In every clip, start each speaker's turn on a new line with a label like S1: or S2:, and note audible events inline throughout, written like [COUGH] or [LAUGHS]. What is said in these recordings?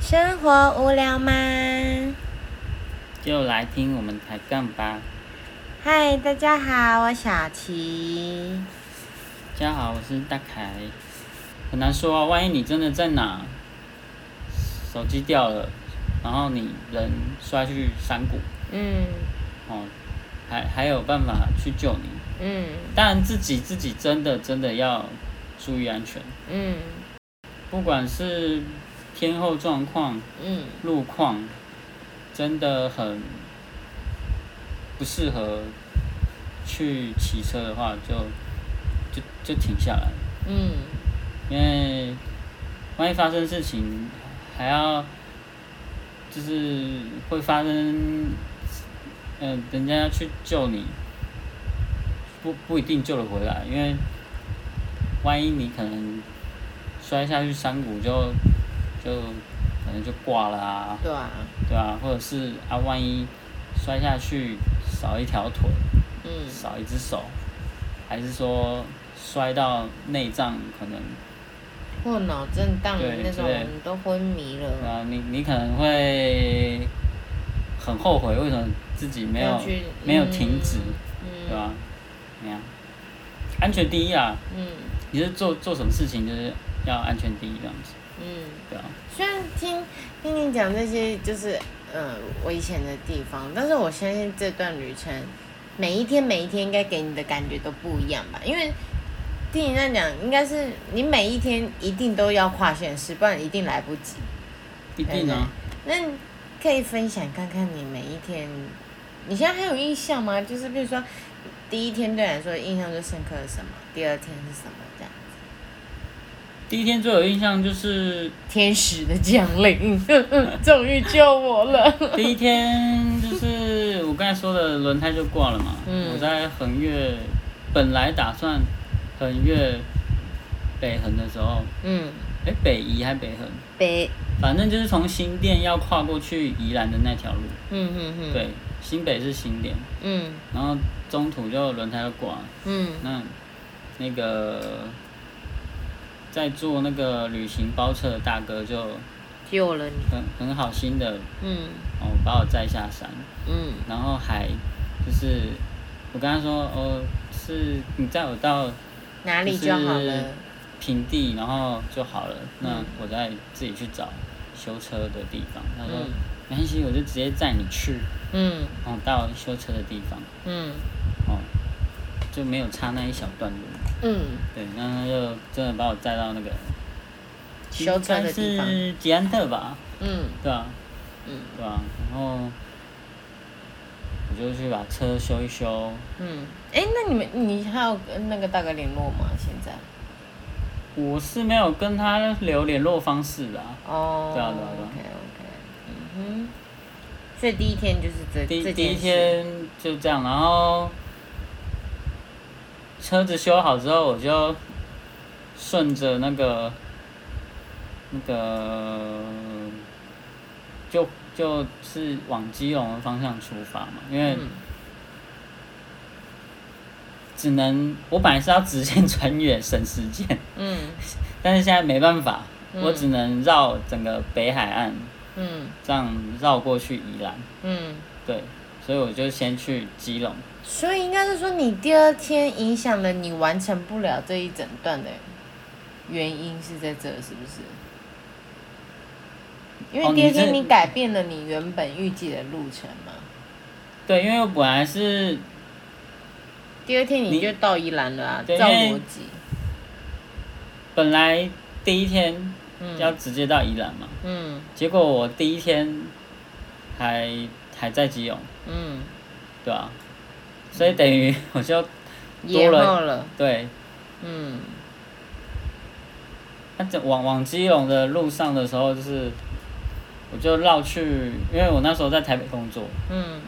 S1: 生活无聊吗？
S2: 就来听我们抬杠吧。
S1: 嗨，大家好，我小琪。
S2: 大家好，我是大凯。很难说啊，万一你真的在哪，手机掉了，然后你人摔去山谷，
S1: 嗯
S2: 哦，还还有办法去救你。
S1: 嗯
S2: 但自己自己真的真的要注意安全，
S1: 嗯
S2: 不管是天候状况、
S1: 嗯
S2: 路况，真的很不适合去骑车的话就，就就停下来，
S1: 嗯
S2: 因为万一发生事情，还要就是会发生，嗯、人家要去救你，不不一定救得回来，因为万一你可能摔下去山谷就就可能就挂了啊，
S1: 对啊，
S2: 对啊，或者是啊，万一摔下去少一条腿，
S1: 嗯
S2: 少一只手，还是说摔到内脏可能
S1: 或脑震荡
S2: 对
S1: 那种
S2: 之类
S1: 你都昏迷了，
S2: 啊，你你可能会很后悔，为什么自己没有
S1: 要去
S2: 没有停止，
S1: 嗯
S2: 对吧？那样，安全第一啊！
S1: 嗯
S2: 你是做做什么事情就是要安全第一这样子，
S1: 嗯。
S2: 对啊，
S1: 虽然听听你讲这些就是呃危险的地方，但是我相信这段旅程每一天每一天应该给你的感觉都不一样吧？因为听你这样讲，应该是你每一天一定都要跨县市，不然一定来不及。
S2: 必定啊。
S1: 那你可以分享看看你每一天，你现在还有印象吗？就是比如说第一天对你来说印象最深刻是什么？第二天是什么？这样
S2: 第一天最有印象就是
S1: 天使的降临，终于救我了。
S2: 第一天就是我刚才说的轮胎就挂了嘛，
S1: 嗯
S2: 我在横越，本来打算横越北横的时候，
S1: 嗯。
S2: 哎、北宜还北横，
S1: 北，
S2: 反正就是从新店要跨过去宜兰的那条路，
S1: 嗯嗯嗯，，
S2: 对，新北是新店，
S1: 嗯
S2: 然后中途就轮胎就挂了，
S1: 嗯
S2: 那那个在做那个旅行包车的大哥就
S1: 救了你，
S2: 很很好心的
S1: 嗯
S2: 哦把我载下山，
S1: 嗯
S2: 然后还就是我跟他说哦，是你载我到
S1: 哪里就好了，
S2: 平地，然后就好了，那
S1: 嗯
S2: 我再自己去找修车的地方。他说、
S1: 嗯
S2: 没关系，我就直接载你去，
S1: 嗯
S2: 然后哦到修车的地方，
S1: 嗯
S2: 哦，就没有差那一小段路。
S1: 嗯，
S2: 对，那他就真的把我载到那个
S1: 修车的地方
S2: 应该，是捷安特吧？
S1: 嗯
S2: 对啊，
S1: 嗯
S2: 对啊，然后我就去把车修一修，
S1: 嗯，哎，那你们你还有跟那个大哥联络吗？现在？
S2: 我是没有跟他留联络方式的、啊。
S1: 哦，
S2: 对啊对啊对啊
S1: OK OK，嗯哼，所以第一天就是这
S2: 第
S1: 这
S2: 第
S1: 件
S2: 一
S1: 事，
S2: 天就这样，然后车子修好之后，我就顺着那个那个就就是往基隆的方向出发嘛，因为
S1: 嗯
S2: 只能我本来是要直线穿越省时间，
S1: 嗯
S2: 但是现在没办法，
S1: 嗯
S2: 我只能绕整个北海岸
S1: 嗯
S2: 这样绕过去宜兰，
S1: 嗯，
S2: 对，所以我就先去基隆。
S1: 所以应该是说你第二天影响了你完成不了这一整段的原因是在这，是不是？因
S2: 哦
S1: 为
S2: 你
S1: 第二
S2: 是
S1: 天你改变了你原本预计的路程嘛，
S2: 对，因为我本来是
S1: 第二天你
S2: 你
S1: 就到宜兰了啊，照
S2: 对因
S1: 逻
S2: 为
S1: 辑，
S2: 本来第一天要
S1: 嗯
S2: 直接到宜兰嘛，
S1: 嗯
S2: 结果我第一天还还在基隆，
S1: 嗯，
S2: 对吧、所以等于 [LAUGHS] 我就
S1: 延
S2: 了
S1: 后了，
S2: 对，
S1: 嗯
S2: 那这往往基隆的路上的时候，就是我就绕去，因为我那时候在台北工作， [LAUGHS]
S1: 嗯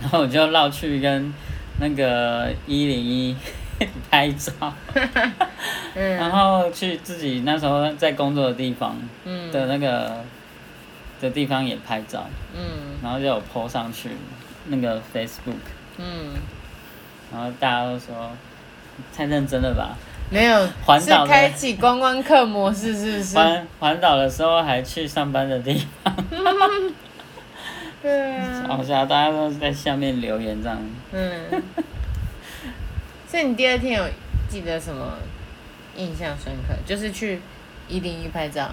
S2: 然后我就绕去跟那个一零一 [LAUGHS] 拍照，然
S1: 嗯
S2: 后去自己那时候在工作的地方
S1: 嗯
S2: 的那个的地方也拍照。
S1: 嗯
S2: 然后就有 PO 上去那个 Facebook，
S1: 嗯，
S2: 然后大家都说太认真了吧，
S1: 没有，
S2: 环
S1: 是
S2: 岛的
S1: 开启观光客模式，是不是？
S2: 环环岛的时候还去上班的地
S1: 对啊，
S2: 方，好像大家都在下面留言这样。
S1: 嗯。所以你第二天有记得什么印象深刻？就是去一零一拍照。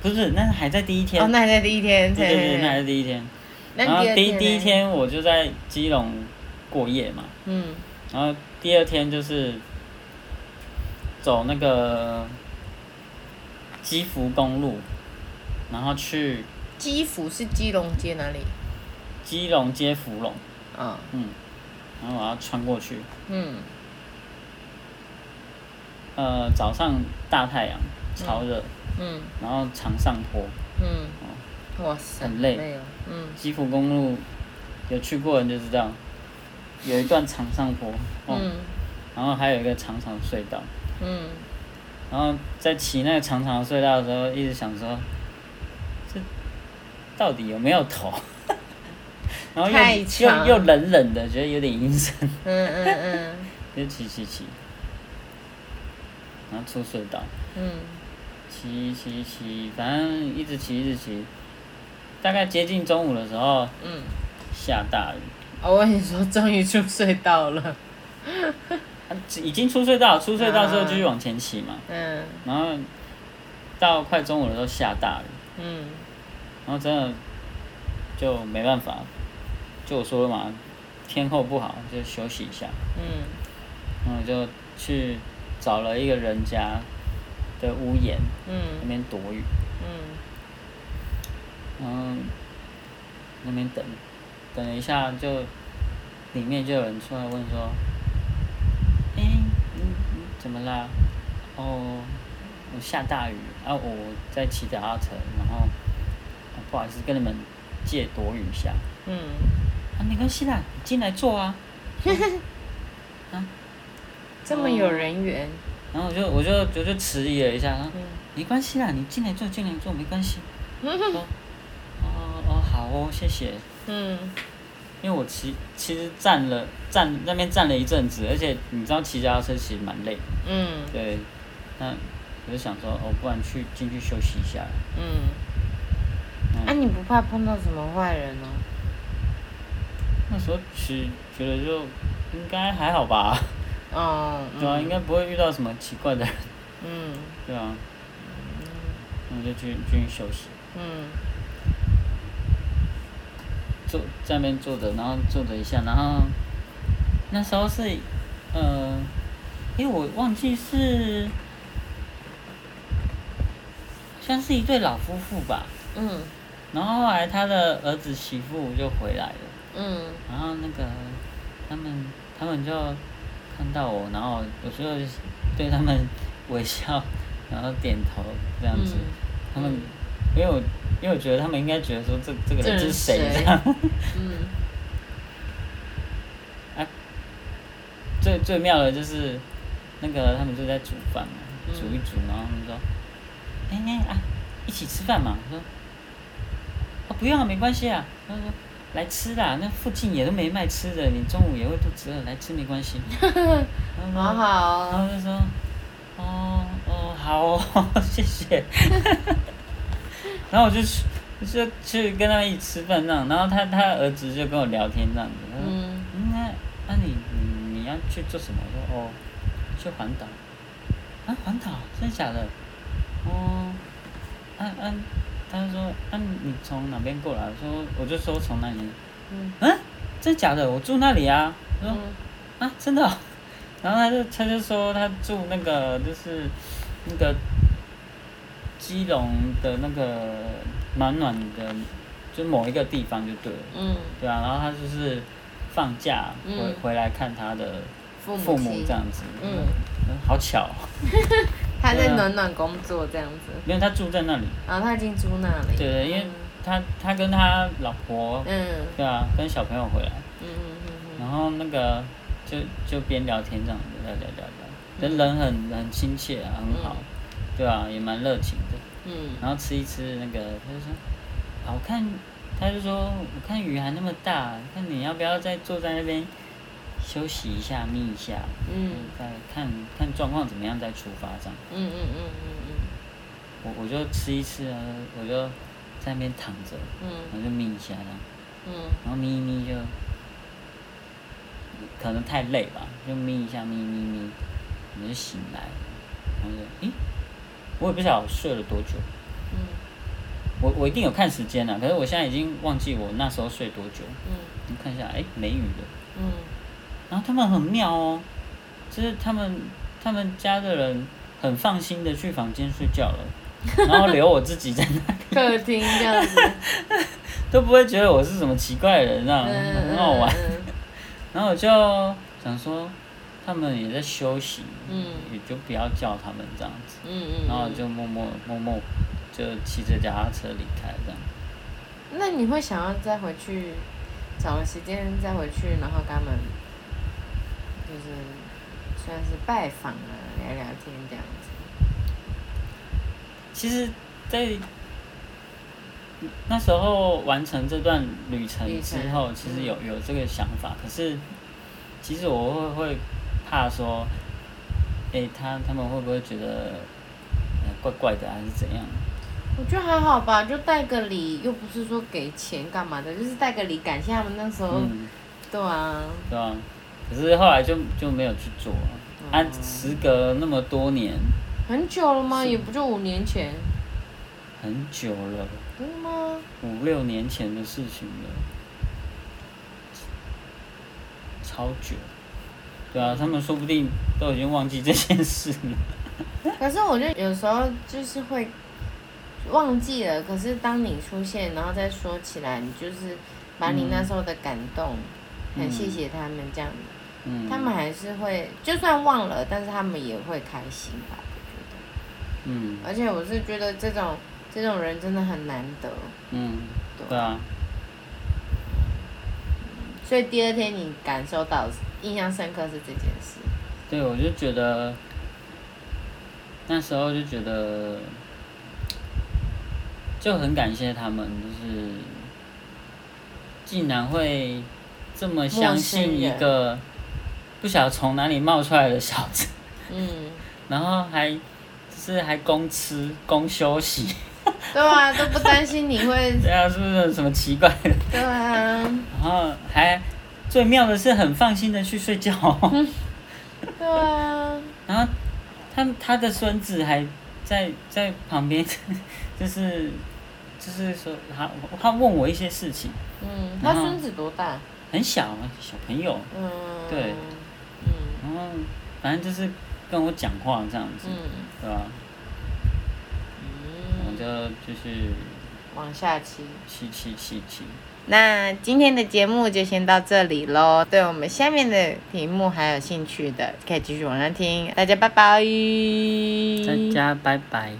S2: 不是，那还在第一天。
S1: 哦，那还在第一天，
S2: 对对对，那还
S1: 嘿嘿嘿
S2: 是第一天。然
S1: 那
S2: 后
S1: 你
S2: 第
S1: 第二
S2: 第一
S1: 呢，
S2: 天我就在基隆过夜嘛，
S1: 嗯，
S2: 然后第二天就是走那个基福公路，然后去
S1: 基辅是基隆街哪里？
S2: 基隆接福隆，哦
S1: 啊、
S2: 然后我要穿过去。
S1: 嗯
S2: 呃，早上大太阳，超热，
S1: 嗯
S2: 然后常上坡，
S1: 嗯，哇塞，
S2: 很累哦
S1: 没有，嗯
S2: 基辅公路有去过的人就知道，有一段常上坡，哦，
S1: 嗯
S2: 然后还有一个长长隧道。
S1: 嗯，
S2: 然后在骑那个长长的隧道的时候，一直想说，这到底有没有头？然后
S1: 太
S2: 又
S1: 长
S2: 又又冷冷的，觉得有点阴森，
S1: 嗯嗯嗯
S2: 就骑骑骑，然后出隧道，
S1: 嗯
S2: 骑骑骑，反正一直骑一直骑，大概接近中午的时候
S1: 嗯，
S2: 下大雨，
S1: 哦我跟你说，终于出隧道了，
S2: 啊已经出隧道，出隧道之后
S1: 啊
S2: 继续往前骑嘛，
S1: 嗯
S2: 然后到快中午的时候下大雨，
S1: 嗯
S2: 然后真的就没办法，就我说了嘛，天候不好就休息一下，
S1: 嗯
S2: 然后就去找了一个人家的屋檐
S1: 嗯
S2: 那边躲雨，
S1: 嗯
S2: 然后那边等，等了一下就里面就有人出来问说，哎、你你怎么啦？哦，我下大雨啊，我在骑脚踏车，然后、啊不好意思跟你们借躲雨一下。
S1: 嗯，
S2: 啊，没关系啦，你进来坐啊。
S1: 这么有人缘，
S2: 然后我就我就我就迟疑了一下，然后
S1: 嗯
S2: 没关系啦，你进来坐，进来坐，没关系。
S1: 嗯
S2: 哦哦，好哦，谢谢。
S1: 嗯
S2: 因为我骑其实站了站那边站了一阵子，而且你知道骑脚踏车其实蛮累的，
S1: 嗯
S2: 对。那我就想说，哦，不然去进去休息一下。
S1: 嗯，啊，你不怕碰到什么坏人哦？
S2: 那时候其实觉得就应该还好吧，
S1: 哦，
S2: 对啊，应
S1: 嗯
S2: 该不会遇到什么奇怪的人，
S1: 嗯
S2: 对啊。那我就去进去休息。
S1: 嗯
S2: 坐在那边坐着，然后坐着一下，然后那时候是，呃，因为我忘记是，好像是一对老夫妇吧。
S1: 嗯
S2: 然后后来他的儿子媳妇就回来了，
S1: 嗯
S2: 然后那个他们他们就看到我，然后我就对他们微笑，然后点头这样子。
S1: 嗯
S2: 他们因为我因为我觉得他们应该觉得说这这个
S1: 这
S2: 人
S1: 人是
S2: 是谁
S1: 谁
S2: 这样。
S1: 嗯
S2: 最最妙的就是那个他们就在煮饭嘛，
S1: 嗯
S2: 煮一煮，然后他们说，哎、哎、啊，一起吃饭嘛。我说，哦不用啊，没关系啊。他说来吃啦，那附近也都没卖吃的，你中午也会肚子饿，来吃没
S1: [LAUGHS]
S2: 关系。然后
S1: 好好
S2: 说然
S1: 哦，
S2: 后就说，哦哦 [LAUGHS] 好哦，谢谢。 [LAUGHS] 然后我就去就去跟他们一起吃饭那样，然后他他儿子就跟我聊天这样子，他说
S1: 嗯
S2: 嗯那那你你你要去做什么？我说哦，去环岛。啊，环岛，真的假的？哦，啊啊，他就说，啊，你从哪边过来？我说，我就说从哪里。
S1: 嗯
S2: 嗯、真的假的？我住那里啊。我说，
S1: 嗯
S2: 啊，真的哦、然后他就他就说他住那个就是那个基隆的那个暖暖的，就某一个地方就对了。
S1: 嗯，
S2: 对啊，然后他就是放假回、
S1: 嗯
S2: 回来看他的
S1: 父母
S2: 父母
S1: 亲
S2: 这样子，
S1: 嗯，
S2: 好巧哦，
S1: 他在
S2: 对啊
S1: 暖暖工作这样子，
S2: 没有他住在那里，
S1: 然后他已经住那里，
S2: 对对，因为他他跟他老婆，
S1: 嗯
S2: 对啊，跟小朋友回来，
S1: 嗯嗯嗯
S2: 然后那个就就边聊天这样子聊聊聊聊，人人很很亲切啊，很好，对啊，也蛮热情的，
S1: 嗯
S2: 然后吃一吃那个，他就说，啊，我看，他就说，我看雨还那么大，看你要不要再坐在那边休息一下、眯一下，
S1: 嗯
S2: 再看看状况怎么样再出发这样。
S1: 嗯嗯嗯嗯
S2: 我我就吃一吃啊，我就在那边躺着，
S1: 嗯
S2: 然后就眯一下这样，
S1: 嗯
S2: 然后眯一眯就，可能太累吧，就眯一下眯眯眯，我就醒来，然后就诶，我也不晓得我睡了多久，
S1: 嗯
S2: 我我一定有看时间啊了，可是我现在已经忘记我那时候睡多久，你看一下，诶，没雨了。
S1: 嗯
S2: 然后他们很妙哦，就是他们他们家的人很放心的去房间睡觉了，然后留我自己在那，
S1: 嗯，客厅这样子，
S2: 都不会觉得我是什么奇怪的人啊，
S1: [LAUGHS] 嗯
S2: 很好玩。
S1: 嗯
S2: 然后我就想说，他们也在休息，
S1: 嗯
S2: 也就不要叫他们这样子，
S1: 嗯嗯，
S2: 然后我就默默默默就骑着脚踏车离开这样。
S1: 那你会想要再回去，找个时间再回去，然后跟他们就是算是拜访啊，聊聊天这样子。
S2: 其实，在那时候完成这段旅程
S1: 旅程
S2: 之后，其实有有这个想法，可是其实我会会怕说，诶，他他们会不会觉得呃怪怪的，还是怎样？
S1: 我觉得还好吧，就带个礼，又不是说给钱干嘛的，就是带个礼感谢他们那时候。
S2: 嗯，
S1: 对啊，
S2: 对吧、可是后来就就没有去做了。啊，时隔那么多年，
S1: 很久了吗？
S2: 是
S1: 也不就五年前，
S2: 很久了，
S1: 真的吗？
S2: 五六年前的事情了，超久。对
S1: 嗯
S2: 啊，他们说不定都已经忘记这件事了。
S1: 可是我觉得有时候就是会忘记了，可是当你出现，然后再说起来，你就是把你那时候的感动，
S2: 嗯
S1: 很谢谢他们这样子，
S2: 嗯，
S1: 他们还是会就算忘了，但是他们也会开心吧，我
S2: 嗯
S1: 觉得。而且我是觉得这种这种人真的很难得，
S2: 嗯，对
S1: 对。
S2: 啊，
S1: 所以第二天你感受到印象深刻是这件事，
S2: 对，我就觉得那时候就觉得就很感谢他们，就是竟然会这么相信一个不晓得从哪里冒出来的小子，
S1: 嗯。
S2: 然后还就是还供吃供休息， [LAUGHS]
S1: 对啊，都不担心你会，
S2: 对啊，是不是有什么奇怪的？
S1: 对啊，
S2: 然后还最妙的是很放心的去睡觉、
S1: 对啊，
S2: 然后他他的孙子还在在旁边， [LAUGHS] 就是就是说他他问我一些事情，
S1: 嗯，他
S2: 然后
S1: 孙子多大？
S2: 很小小朋友，
S1: 嗯，
S2: 对，
S1: 嗯
S2: 然后反正就是跟我讲话这样子，
S1: 嗯
S2: 对吧、我
S1: 嗯，
S2: 就就是
S1: 往下骑。
S2: 七七七七，
S1: 那今天的节目就先到这里喽。对我们下面的题目还有兴趣的，可以继续往上听。大家拜拜，
S2: 大家拜拜。